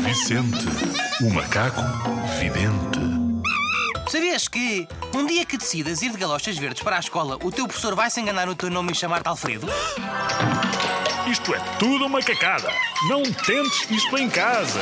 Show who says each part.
Speaker 1: Vicente, o macaco vidente.
Speaker 2: Sabias que, num dia que decidas ir de galochas verdes para a escola, o teu professor vai se enganar no teu nome e chamar-te Alfredo?
Speaker 3: Isto é tudo uma cacada. Não tentes isto em casa.